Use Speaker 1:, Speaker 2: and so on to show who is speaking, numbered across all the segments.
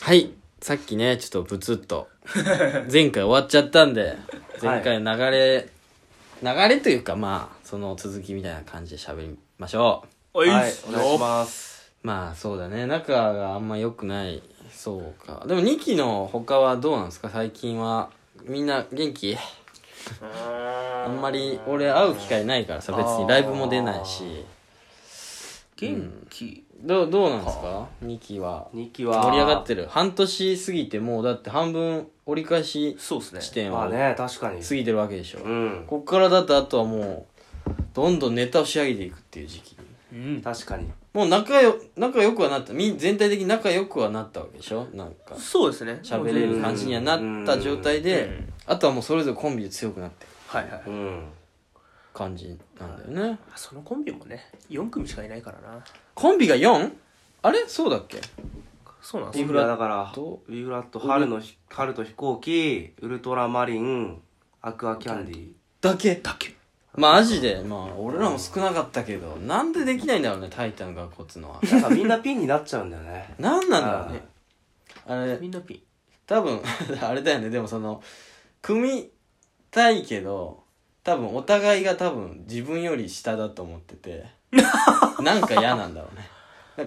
Speaker 1: はい。さっきね、ちょっとブツッと。 前回終わっちゃったんで、前回の流れ、流れというかまあ、その続きみたいな感じで喋りましょ
Speaker 2: お
Speaker 3: はい、お願いします。
Speaker 1: う。まあそうだね、仲があんま良くない。そうか。でも2期の他はどうなんですか最近は。みんな元気あんまり俺会う機会ないからさ、別にライブも出ないし。
Speaker 2: 元気、
Speaker 1: どう、どうなんですか ?2 期は。
Speaker 3: 二期は
Speaker 1: 盛り上がってる。半年過ぎてもうだって半分折り返し
Speaker 2: そうですね
Speaker 1: 地点
Speaker 3: まあ
Speaker 1: を
Speaker 3: ね、確かに。
Speaker 1: 過ぎてるわけでしょ、
Speaker 3: うん。
Speaker 1: こっからだとあとはもうどんどんネタを仕上げていくっていう時期
Speaker 2: うん、
Speaker 3: 確かに。
Speaker 1: もう仲よ仲良くはなったみん全体的に仲良くはなったわけでしょなんか
Speaker 2: そうですね
Speaker 1: 喋れる感じにはなった状態で、
Speaker 2: うん
Speaker 1: あとはもうそれぞれコンビで強くなっていく
Speaker 2: はいはい、
Speaker 3: うん。
Speaker 1: 感じなんだよね
Speaker 2: そのコンビもね4組しかいないからな
Speaker 1: コンビが 4? あれそうだっけ
Speaker 2: そうなんで
Speaker 3: ビ
Speaker 2: す
Speaker 3: フ
Speaker 2: よ
Speaker 3: ラだから、
Speaker 1: と
Speaker 3: ビフラと春のひ、春と飛行機、ウルトラマリン、アクアキャンディ。
Speaker 1: だけ
Speaker 2: だけ
Speaker 1: まあマジでまあ俺らも少なかったけどなんでできないんだろうねタイタンがこつのは。
Speaker 3: なんかみんなピンになっちゃうんだよね
Speaker 1: なんなんだろうねあれ
Speaker 2: みんなピン
Speaker 1: 多分 あれだよねでもその組みたいけど多分お互いが多分自分より下だと思っててなんか嫌なんだろうね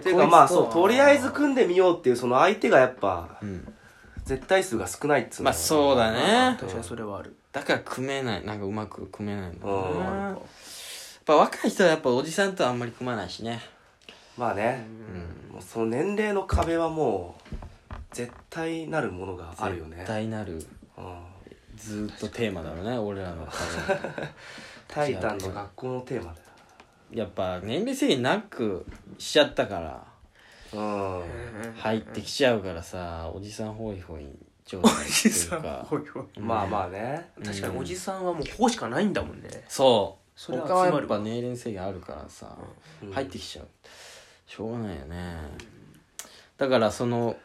Speaker 3: っていうかまあそう、
Speaker 1: こい
Speaker 3: とりあえず組んでみようっていう、その相手がやっぱ
Speaker 1: つと、うん、
Speaker 3: 絶対数が少ないっつうの
Speaker 1: まあそうだね
Speaker 2: 確かにそれはある
Speaker 1: だから組めないなんかうまく組めないんだろうな
Speaker 3: う
Speaker 1: や
Speaker 3: ん
Speaker 1: っぱ若い人はやっぱおじさんとはあんまり組まないしね
Speaker 3: まあね、もうその年齢の壁はもう、絶対なるものがあるよね
Speaker 1: 絶。対なる
Speaker 3: うん
Speaker 1: ずーっとテーマだろうね俺らの会話
Speaker 3: タイタンの学校のテーマだよ。
Speaker 1: やっぱ年齢制限なくしちゃったから
Speaker 3: うん。
Speaker 1: 入ってきちゃうからさおじさんホイホイ状態っていうか
Speaker 2: ほいほい
Speaker 3: まあまあね。
Speaker 2: 確かにおじさんはもうここしかないんだもんね
Speaker 1: そう
Speaker 2: それは
Speaker 1: 他は
Speaker 2: 集
Speaker 1: や
Speaker 2: ま
Speaker 1: っ
Speaker 2: る
Speaker 1: ぱ年齢制限あるからさ、
Speaker 3: うん
Speaker 1: 入ってきちゃうしょうがないよねだからその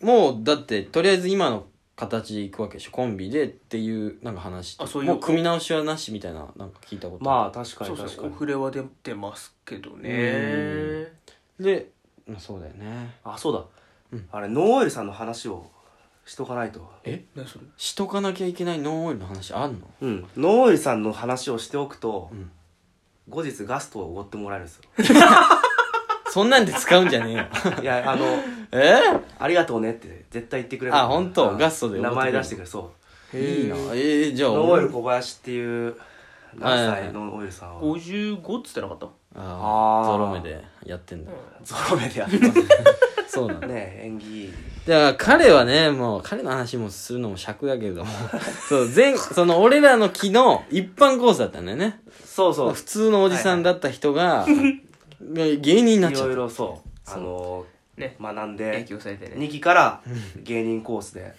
Speaker 1: もうだってとりあえず今の形でいくわけでしょコンビでっていうなんか話
Speaker 2: あそういう
Speaker 1: もう組み直しはなしみたいななんか聞いたことあ
Speaker 3: まあ確か
Speaker 2: そ
Speaker 3: に
Speaker 2: う
Speaker 3: 確
Speaker 2: そ
Speaker 3: か
Speaker 2: うお
Speaker 3: に。
Speaker 2: 触れは出てますけど
Speaker 1: う
Speaker 2: ね
Speaker 1: るで、まあ、そうだよね
Speaker 3: あ、そうだ。
Speaker 1: うん
Speaker 3: あれ、ノーエルさんの話をしとかないと。
Speaker 2: 何それ
Speaker 1: しとかなきゃいけないノンオイルの話あんの
Speaker 3: うん。ノーエルさんの話をしておくと、
Speaker 1: ん
Speaker 3: 後日ガストをおごってもらえるんですよ。
Speaker 1: そんなんで使うんじゃねえよ
Speaker 3: いや、あの、
Speaker 1: え
Speaker 3: ありがとうねって絶対言ってくれる。
Speaker 1: あ本当
Speaker 3: うん
Speaker 1: ガストでおごっ
Speaker 3: 名
Speaker 1: てくれる
Speaker 3: 前出してくれる、そう。
Speaker 1: いいなえー、じゃあ
Speaker 3: ノーエ
Speaker 1: 俺
Speaker 3: ル小林っていう、何歳のノーエルさんは。
Speaker 2: 55っつってなかった
Speaker 1: ああ
Speaker 3: あー
Speaker 1: ゾロ目でやってんだ、
Speaker 3: ゾロ目でやってますね。
Speaker 1: そうなんだ
Speaker 3: ね演技。
Speaker 1: だから彼はね、もう、彼の話もするのも尺だけ ども、そう、全、その俺らの木の一般コースだったんだよね。
Speaker 3: そうそう
Speaker 1: 普。通のおじさんだった人が、芸人になっ
Speaker 3: い
Speaker 1: ちゃっ
Speaker 3: ろい
Speaker 1: た。
Speaker 3: ろそう、あの、
Speaker 2: ね
Speaker 3: 学んで
Speaker 2: 影、響されてね
Speaker 3: 2期から芸人コースで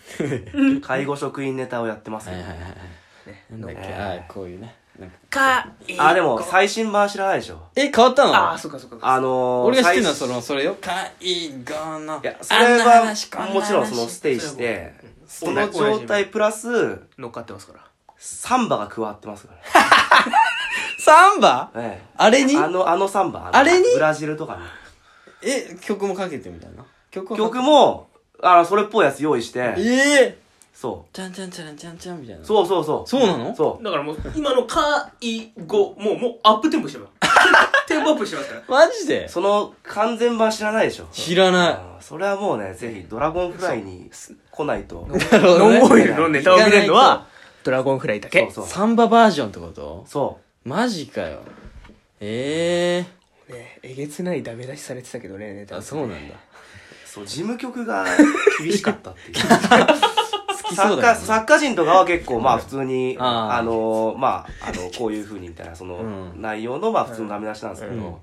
Speaker 3: 介護職員ネタをやってます
Speaker 1: はい
Speaker 3: ね、
Speaker 1: はいはいはい。なんだっけ、
Speaker 3: ね
Speaker 1: ああ、こういうね。なんか
Speaker 2: か
Speaker 3: あでも最新版知らないでしょ
Speaker 1: え、変わったの
Speaker 2: ああそっかそっか
Speaker 3: あのー、
Speaker 1: 俺が知ってるのは
Speaker 3: 最
Speaker 1: その、それよ。介護の。
Speaker 3: いやそれ
Speaker 1: あんな話こんな話
Speaker 3: はもちろんそのステイしてその状態プラス
Speaker 2: 乗っかってますから
Speaker 3: サンバが加わってますか
Speaker 1: サンバ
Speaker 3: らね
Speaker 1: あれ
Speaker 3: え
Speaker 1: に
Speaker 3: えあのあのサンバ
Speaker 1: あれに
Speaker 3: ブラジルとかの
Speaker 1: え、曲もかけてみたいな。曲は
Speaker 3: 曲もあのそれっぽいやつ用意し
Speaker 1: え
Speaker 3: て
Speaker 1: え
Speaker 3: そ
Speaker 1: ちゃんちゃんちゃんちゃんちゃんみたいな。
Speaker 3: うそうそうそう
Speaker 1: そうなの
Speaker 3: そう
Speaker 2: だからもう今の介護もうもうアップテンポしてます テンポアップしてますから
Speaker 1: マジで
Speaker 3: その完全版知らないでしょ
Speaker 1: 知らない。
Speaker 3: うんそれはもうねぜひドラゴンフライに来ないと
Speaker 1: なるほどね
Speaker 2: ノンオイルのネタを見れるのはドラゴンフライだけ
Speaker 3: そうそう
Speaker 1: サンババージョンってこと
Speaker 3: そう
Speaker 1: マジかよ。え
Speaker 2: ねえげつないダメ出しされてたけどねネ
Speaker 1: えー。
Speaker 2: タ
Speaker 1: あ、そうなんだ。
Speaker 3: そう、事務局 が厳しかったっていう。
Speaker 1: 好きそ
Speaker 3: 作
Speaker 1: うだ
Speaker 3: 家、
Speaker 1: よ、ね。
Speaker 3: 作家人とかは結構、まあ普通に、
Speaker 1: あー
Speaker 3: あの、まあ、あの、こういう風にみたいな、その
Speaker 1: う、ん
Speaker 3: 内容の、まあ普通のダメ出しなんですけ
Speaker 1: うん
Speaker 3: ど、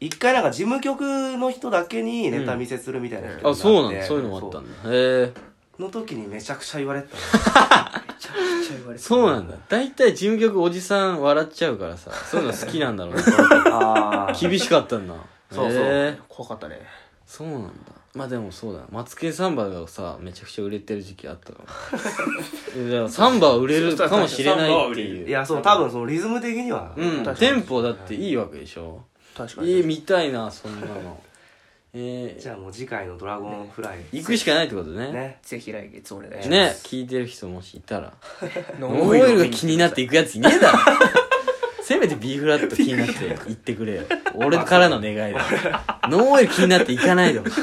Speaker 3: 一回なんか事務局の人だけにネタ見せするみたいな人になって
Speaker 1: あ、そうなんだ。そういうのもあった
Speaker 3: そ
Speaker 1: んだ。へえ。
Speaker 3: うの時にめちゃくちゃ言われてた。
Speaker 2: 言われて
Speaker 1: そうなんだ。だいたい事務局おじさん笑っちゃうからさ、そういうの好きなん だろうね。
Speaker 3: あー
Speaker 1: 厳しかったんだ。
Speaker 3: そうそう
Speaker 1: へー
Speaker 2: 怖かったね
Speaker 1: そうなんだ。まあでもそうだな。マツケンサンバがさ、めちゃくちゃ売れてる時期あったから。いやサンバは売れるかもしれないって
Speaker 3: い
Speaker 1: いう。
Speaker 3: や、そう、多分そのリズム的には。
Speaker 1: うん。
Speaker 2: 確か
Speaker 1: テ
Speaker 2: に
Speaker 1: ンポだっていいわけでしょ。
Speaker 2: 確か
Speaker 1: え
Speaker 2: に
Speaker 1: ー、見たいなそんなのいえ
Speaker 3: じ
Speaker 1: ー、
Speaker 3: ゃあもう次回のドラゴンフライ、
Speaker 1: 行くしかないってことねね
Speaker 3: ね
Speaker 4: ぜひ来月お願いしま
Speaker 1: ね聞いてる人もしいたら
Speaker 4: す
Speaker 1: ノンオイルが気になっていくやついねえだろせめて B フラット気になって行ってくれよ俺からの願いだノンオイル気になって行かないでほしい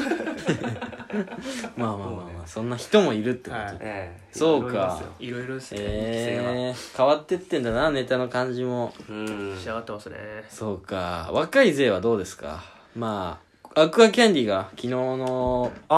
Speaker 1: まあまあまあまあそんな人もいるってこと、
Speaker 2: はい
Speaker 3: ええ
Speaker 1: そうか
Speaker 3: いろいろいますよ
Speaker 2: いろいろですね
Speaker 1: えー、変わってってんだなネタの感じも
Speaker 3: うん
Speaker 2: 仕上がってますね
Speaker 1: そうか若い勢はどうですかまあアクアキャンディが昨日のライブであ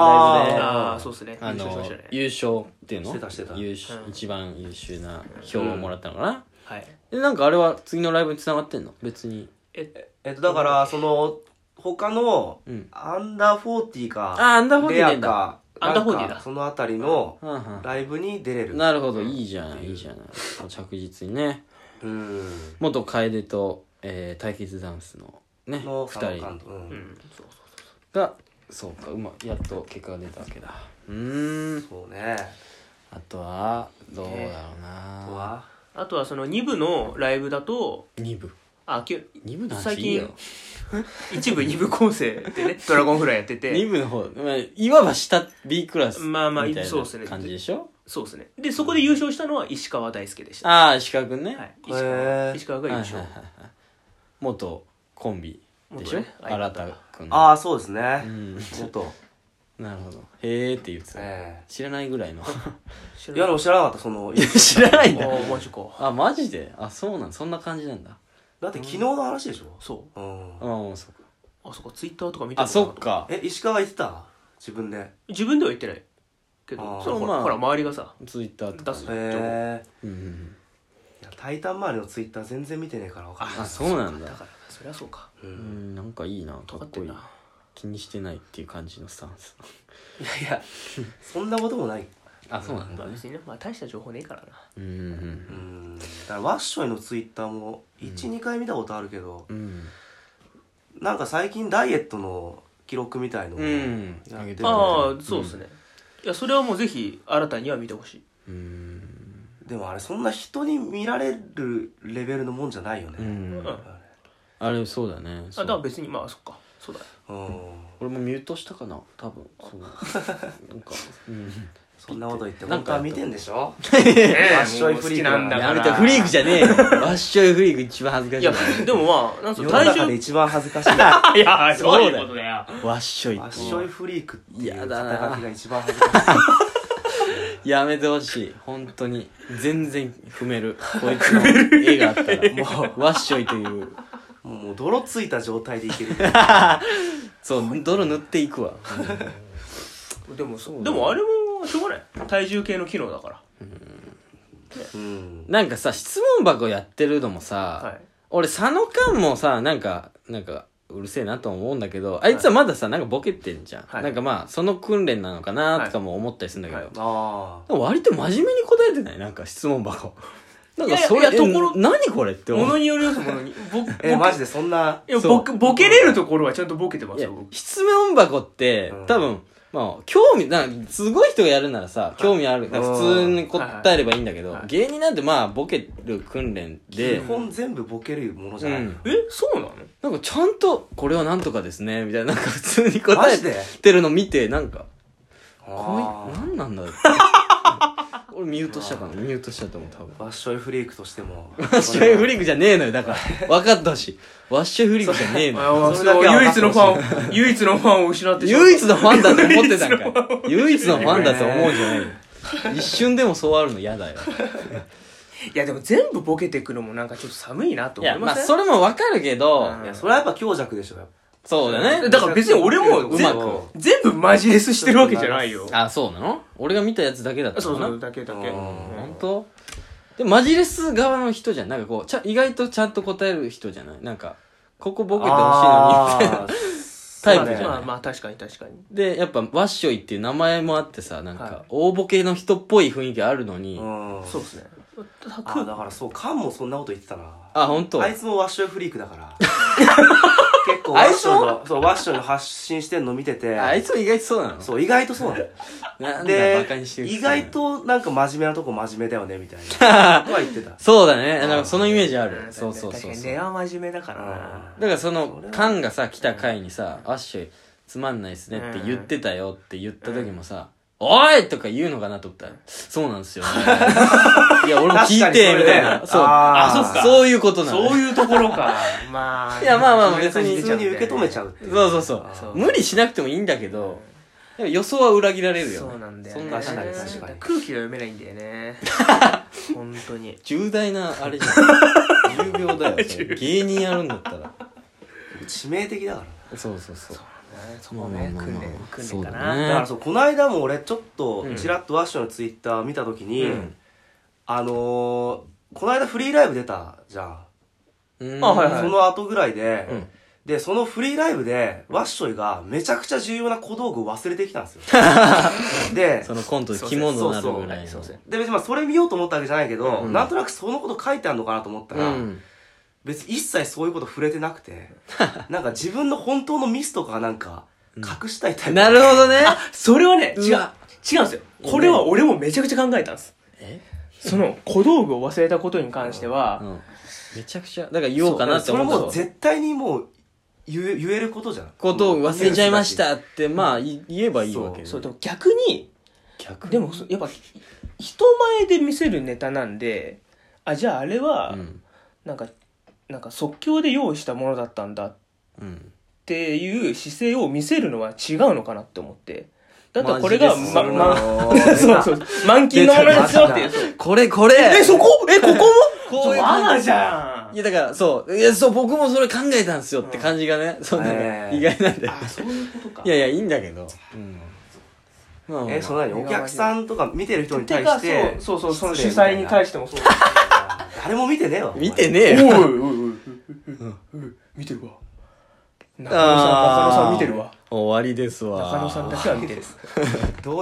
Speaker 2: ああそうですね優勝
Speaker 1: の
Speaker 2: しましたね
Speaker 1: 優勝っていうの
Speaker 3: してたしてた
Speaker 1: 優秀
Speaker 2: うん
Speaker 1: 一番優秀な票をもらったのかな、
Speaker 2: はい
Speaker 1: でなんかあれは次のライブに繋がってんの別に
Speaker 2: え
Speaker 3: えっとだからその他の
Speaker 1: うん
Speaker 3: アンダーフォーティーか
Speaker 1: あアンダーフォーティー出んだ
Speaker 3: レアか
Speaker 2: アンダーフォーティーだ
Speaker 3: なんかそのあたりの
Speaker 1: はんはん
Speaker 3: ライブに出れる
Speaker 1: なるほどいいじゃんいいじゃん着実にね
Speaker 3: うん
Speaker 1: 元楓と、えー対決ダンスのね
Speaker 3: の
Speaker 1: 2
Speaker 3: 感
Speaker 1: 人
Speaker 3: 度う
Speaker 2: う
Speaker 3: ん
Speaker 2: んそうそう
Speaker 1: がそうかうまやっと結果が出たわけだうーん
Speaker 3: そうね
Speaker 1: あとはどうだろう
Speaker 3: あ
Speaker 1: な
Speaker 3: とは
Speaker 2: あとはその2部のライブだと
Speaker 1: 2部
Speaker 2: あきゅ
Speaker 1: 2部の話
Speaker 2: 最
Speaker 1: いいよ
Speaker 2: 近一部二部構成で ねドラゴンフライやって
Speaker 1: 2
Speaker 2: て
Speaker 1: 部の方、まあ、いわば下 B クラスみ
Speaker 2: まあまあ
Speaker 1: たいな
Speaker 2: そうですね
Speaker 1: 感じでしょ
Speaker 2: そうですねでそこで優勝したのは石川大輔でした
Speaker 1: ああ石川君ね、
Speaker 2: はい石
Speaker 3: へ
Speaker 2: 川
Speaker 3: ー
Speaker 2: 石川が優勝
Speaker 1: はいはいはいはい元コンビでしょ、
Speaker 2: 元ね
Speaker 1: 新田君の
Speaker 3: ああそうです
Speaker 1: う
Speaker 3: ね
Speaker 1: ん
Speaker 3: 元
Speaker 1: なるほどへえって言ってた、
Speaker 3: え
Speaker 1: 知らないぐらいの
Speaker 2: 知
Speaker 3: えい
Speaker 2: らな
Speaker 3: やで
Speaker 2: い
Speaker 3: も知らなかったその
Speaker 1: いや 知らないんだ
Speaker 2: ああマジか
Speaker 1: あマジであそうなんそんな感じなんだ
Speaker 3: だって昨日の話でしょ
Speaker 2: そ
Speaker 3: うん
Speaker 1: うんそうか
Speaker 2: うあそっかツイッターとか見て
Speaker 1: あそっか
Speaker 3: え石川が言ってた自分でへ
Speaker 2: 自分では言ってないけ
Speaker 3: あ
Speaker 2: ど
Speaker 3: ー
Speaker 2: そのほ
Speaker 1: まあ
Speaker 2: らほら周りがさ
Speaker 1: ツイッターと
Speaker 2: 出
Speaker 1: か
Speaker 2: す情報
Speaker 3: え
Speaker 1: うんうんうん
Speaker 3: いやタイタン周りのツイッター全然見てねえから分かんない
Speaker 1: あそうなんだ
Speaker 2: だからそりゃそうか
Speaker 3: う
Speaker 1: うんんなんかいいなか
Speaker 2: 尖
Speaker 1: っ
Speaker 2: って
Speaker 1: こい
Speaker 2: ん
Speaker 1: い
Speaker 2: な
Speaker 1: 気にしてないっていう感じのスタンス
Speaker 3: いやいやそんなこともない
Speaker 1: あそうなん
Speaker 2: ま
Speaker 1: だ
Speaker 2: あ
Speaker 1: ね
Speaker 2: 別にねまあ大した情報ねえからな
Speaker 1: うんうん
Speaker 3: うんだからワッショイのツイッターも12、回見たことあるけど
Speaker 1: うん
Speaker 3: なんか最近ダイエットの記録みたいのを
Speaker 1: う
Speaker 3: や
Speaker 1: ん
Speaker 3: ってるんで
Speaker 2: ああそうですねいやそれはもうぜひ新たには見てほしい
Speaker 1: うん
Speaker 3: でもあれそんな人に見られるレベルのもんじゃないよ
Speaker 1: う
Speaker 3: ね
Speaker 2: うん
Speaker 1: ん
Speaker 2: あ
Speaker 1: あれそうだねそ
Speaker 2: だ
Speaker 1: う
Speaker 2: から別にまあそっかそうだ
Speaker 3: うん、
Speaker 1: 俺もミュートしたかな多分 そうなんかうん
Speaker 3: そんなこと言って
Speaker 1: なん
Speaker 3: 本当
Speaker 1: か
Speaker 3: は見てんでしょ
Speaker 2: え
Speaker 3: ワッショイフリーク
Speaker 2: もう好きなんだ
Speaker 1: や
Speaker 2: か
Speaker 1: め
Speaker 2: ら
Speaker 1: てフリークじゃねえよワッショイフリーク一番恥ずかしい
Speaker 2: いや
Speaker 1: な、
Speaker 2: でもまあ、なんす
Speaker 3: 世
Speaker 2: よ、
Speaker 3: の
Speaker 2: 体
Speaker 3: 中で
Speaker 2: 重。
Speaker 3: 一番恥ずか しいワ
Speaker 2: いや、
Speaker 1: そうだよ
Speaker 2: だよ。
Speaker 1: ワッショイ
Speaker 3: ッ
Speaker 1: って
Speaker 3: ショイフリークっていう
Speaker 1: やだな
Speaker 3: 肩書きが一番恥ずかしい
Speaker 1: やめてほしい本当に全然踏め るこいつの絵があったらもうワッショイという
Speaker 3: もうもう泥ついた状態でいける
Speaker 1: そう泥塗っていくわ
Speaker 2: でも、
Speaker 1: そうだよ
Speaker 2: でもあれも、しょうがない。体重計の機能だから。
Speaker 3: うん
Speaker 1: なんかさ質問箱やってるのもさ、
Speaker 2: はい。
Speaker 1: 俺佐野間もさなんかなんかうるせえなとは思うんだけどあいつはまださなんかボケてんじゃん、
Speaker 2: はい
Speaker 1: なんかまあその訓練なのかなとかも思ったりするんだけど、
Speaker 2: はいは
Speaker 3: あ
Speaker 1: でも割と真面目に答えてないなんか質問箱なんか
Speaker 2: いやいや
Speaker 1: それ
Speaker 2: いやところ
Speaker 1: え何これって思
Speaker 2: もの
Speaker 1: う
Speaker 2: によります、も のに。ぼ、ぼ、い
Speaker 3: あえマジでそんな
Speaker 2: や、
Speaker 1: そう
Speaker 2: ぼ、ぼけれるところはちゃんとぼけてま
Speaker 1: い
Speaker 2: す
Speaker 1: や
Speaker 2: よ、僕。
Speaker 1: 質問箱って、
Speaker 3: うん
Speaker 1: 多分まあ興味なんかすごい人がやるならさ興味ある、なんか普通に答えればいいんだけど、
Speaker 2: はいはい
Speaker 1: 芸人なんてまあボケる訓練で
Speaker 3: 基、本全部ボケるものじ
Speaker 1: う
Speaker 3: ゃない、
Speaker 1: ん、
Speaker 2: え、そうなの
Speaker 1: なんかちゃんとこれはなんとかですねみたいななんか普通に答
Speaker 3: マ
Speaker 1: え
Speaker 3: ジで
Speaker 1: てるの見てなんかこ
Speaker 3: あ
Speaker 1: い
Speaker 3: ー
Speaker 1: 何なんだろう 俺ミュートしたかなミュートしたと思う多分
Speaker 3: ワッショイフリークとしても
Speaker 1: ワッシュイフリークじゃねえのよだから分かってほしいワッシュイフリークじゃねえのよ
Speaker 2: ああ、
Speaker 3: そ
Speaker 2: そ
Speaker 3: れ
Speaker 2: れ
Speaker 3: だけは
Speaker 2: 唯一のファンを、唯一のファンを失ってしまう。
Speaker 1: 唯一のファンだと思ってたんかい唯一のファンだと思うじゃないよ
Speaker 3: ね
Speaker 1: 一瞬でもそうあるの嫌だよ
Speaker 2: いや、でも全部ぼけていくのもなんかちょっと寒いなと
Speaker 1: い
Speaker 2: 思
Speaker 1: や
Speaker 2: い
Speaker 1: ま
Speaker 2: ま
Speaker 1: あ
Speaker 2: せん
Speaker 1: それも分かるけど
Speaker 2: うん
Speaker 3: いやそれはやっぱ強弱でしょやっ
Speaker 1: そうだね
Speaker 2: だから別に俺も
Speaker 1: う
Speaker 2: 全
Speaker 1: ま
Speaker 2: 部、
Speaker 1: く
Speaker 2: 全部マジレスしてるわけじゃないよ。
Speaker 1: あそうなの俺が見たやつだけだった
Speaker 2: そ
Speaker 1: の
Speaker 2: う
Speaker 1: かな
Speaker 2: そう、だけだけ。
Speaker 3: うん
Speaker 1: 本当でもマジレス側の人じゃんなんかこうちゃ意外とちゃんと答える人じゃないなんかここボケてほしいのにみたいな
Speaker 3: あー
Speaker 1: タイ
Speaker 2: まあ
Speaker 1: プじゃん
Speaker 2: まあまあ、確かに確かに。
Speaker 1: で、やっぱ、ワッショイっていう名前もあってさ、なん
Speaker 2: は
Speaker 1: か
Speaker 2: い、
Speaker 1: 大ボケの人っぽい雰囲気あるのに、
Speaker 3: うん
Speaker 2: そうですね。た
Speaker 3: あだからそうカンもそんなこと言ってたな
Speaker 1: あ、ほんと
Speaker 3: あいつもワッショイフリークだから 結構ワッショイのそうワッショイの発信してんの見てて
Speaker 1: あいつも意外とそうなの
Speaker 3: そう意外とそうなの
Speaker 1: なんだ、バカ
Speaker 3: で
Speaker 1: にしてるくせに
Speaker 3: 意外。 となんか真面目なとこ真面目だよねみたいなとは言ってた
Speaker 1: そうだね。なんかそのイメージある。
Speaker 2: ん
Speaker 1: そうそうそう
Speaker 2: 確
Speaker 1: そ
Speaker 2: かに根
Speaker 1: う。
Speaker 2: は真面目だからな
Speaker 1: だからそ
Speaker 3: そ
Speaker 1: の
Speaker 3: れ、は
Speaker 1: カンがさ、来た回にさ、ワッショイ、つまんないですねって言ってたよって言った時もさ、おいとか言うのかなと思ったら、そうなんですよね。いや、俺も聞いて、みたいな。
Speaker 3: 確かにそれね
Speaker 1: そう。
Speaker 3: あ
Speaker 2: ー
Speaker 1: そうっすかそういうことなの。
Speaker 2: そういうところか。 まあ。
Speaker 1: いやまあまあ別に
Speaker 3: 普通に受け止めちゃうっていう
Speaker 1: そうそうそう
Speaker 2: そう
Speaker 1: 無理しなくてもいいんだけど、でも予想は裏切られるよね
Speaker 2: そうなんだよ
Speaker 1: そ
Speaker 2: ね。
Speaker 1: んな
Speaker 3: 確かに 確かに
Speaker 2: 空気が読めないんだ よね。本当に。
Speaker 1: 重大なあれじゃん重病だよそれ芸人やるんだったら
Speaker 3: 致命的だからね
Speaker 1: そうそうそう
Speaker 2: そこね、
Speaker 1: まあまあ
Speaker 2: 訓
Speaker 1: まあ
Speaker 2: 練、訓
Speaker 1: そ
Speaker 2: 練
Speaker 1: う
Speaker 2: か
Speaker 1: だね
Speaker 2: な。
Speaker 3: だからそうこの間も俺ちょっと
Speaker 1: うん
Speaker 3: ちらっとワッショイのツイッター見た時に、
Speaker 1: うん
Speaker 3: あのー、この間フリーライブ出たじゃん、
Speaker 1: うん
Speaker 2: あはいはい
Speaker 3: その後ぐらいで、
Speaker 1: うん
Speaker 3: でそのフリーライブでワッショイがめちゃくちゃ重要な小道具を忘れてきた んですよで
Speaker 1: そのコントで肝となるぐらいの
Speaker 3: そうそうそうそうで別にまあそれ見ようと思ったわけじゃないけど、なんとなくそのこと書いてあるのかなと思った
Speaker 1: う
Speaker 3: ら、
Speaker 1: ん
Speaker 3: 別に一切そういうこと触れてな くてなんか自分の本当のミスとかなんか隠したいタイプ、
Speaker 1: なるほどね
Speaker 2: あ、それはね、
Speaker 1: う
Speaker 2: 違う。違うん
Speaker 1: わ
Speaker 2: ですよ。これは俺もめちゃくちゃ考えたんです。
Speaker 1: え
Speaker 2: その小道具を忘れたことに関しては
Speaker 1: う、んめちゃくちゃだから言おうかなって
Speaker 3: それ
Speaker 1: 思った
Speaker 3: もう絶対にもう言え言えることじゃん
Speaker 1: ことを忘れちゃいましたってまあい言えばいいわけ
Speaker 2: そう、
Speaker 1: で
Speaker 2: でも逆に、
Speaker 1: 逆
Speaker 2: でもそやっぱ人前で見せるネタなんで、あ、じゃああれは、
Speaker 1: うん
Speaker 2: なんか、なんか即興で用意したものだったんだっ
Speaker 1: うん
Speaker 2: ていう姿勢を見せるのは違うのかなって思って。だったらこれが、
Speaker 1: マジです
Speaker 2: ま、
Speaker 1: それ
Speaker 2: ま、
Speaker 3: は
Speaker 2: そうそう。満金のものですよっていう。
Speaker 1: これこれ
Speaker 2: え、そこえ、ここも
Speaker 1: こういう感じ
Speaker 2: 罠じゃん
Speaker 1: いやだからそういやそう僕もそれ考えたんですよって感じがねそう
Speaker 3: え
Speaker 1: ね
Speaker 3: ー
Speaker 1: 意外なんだよ
Speaker 2: あ、そういうことか。
Speaker 1: いやいや、いいんだけど。うん。まあまあ
Speaker 3: えその何お客さんとか見てる人に対して
Speaker 2: そうそうそう、その主催に対してもそう。
Speaker 3: 誰も見てねえわ
Speaker 1: 見てね
Speaker 2: お
Speaker 1: え
Speaker 2: いおい
Speaker 1: よ。
Speaker 2: おいおい、見てるわ。中野さん、中野
Speaker 1: あ
Speaker 2: さん
Speaker 1: ー
Speaker 2: 見てるわ。
Speaker 1: 終わりですわ。
Speaker 2: 中野さんだけは見てる。
Speaker 3: どう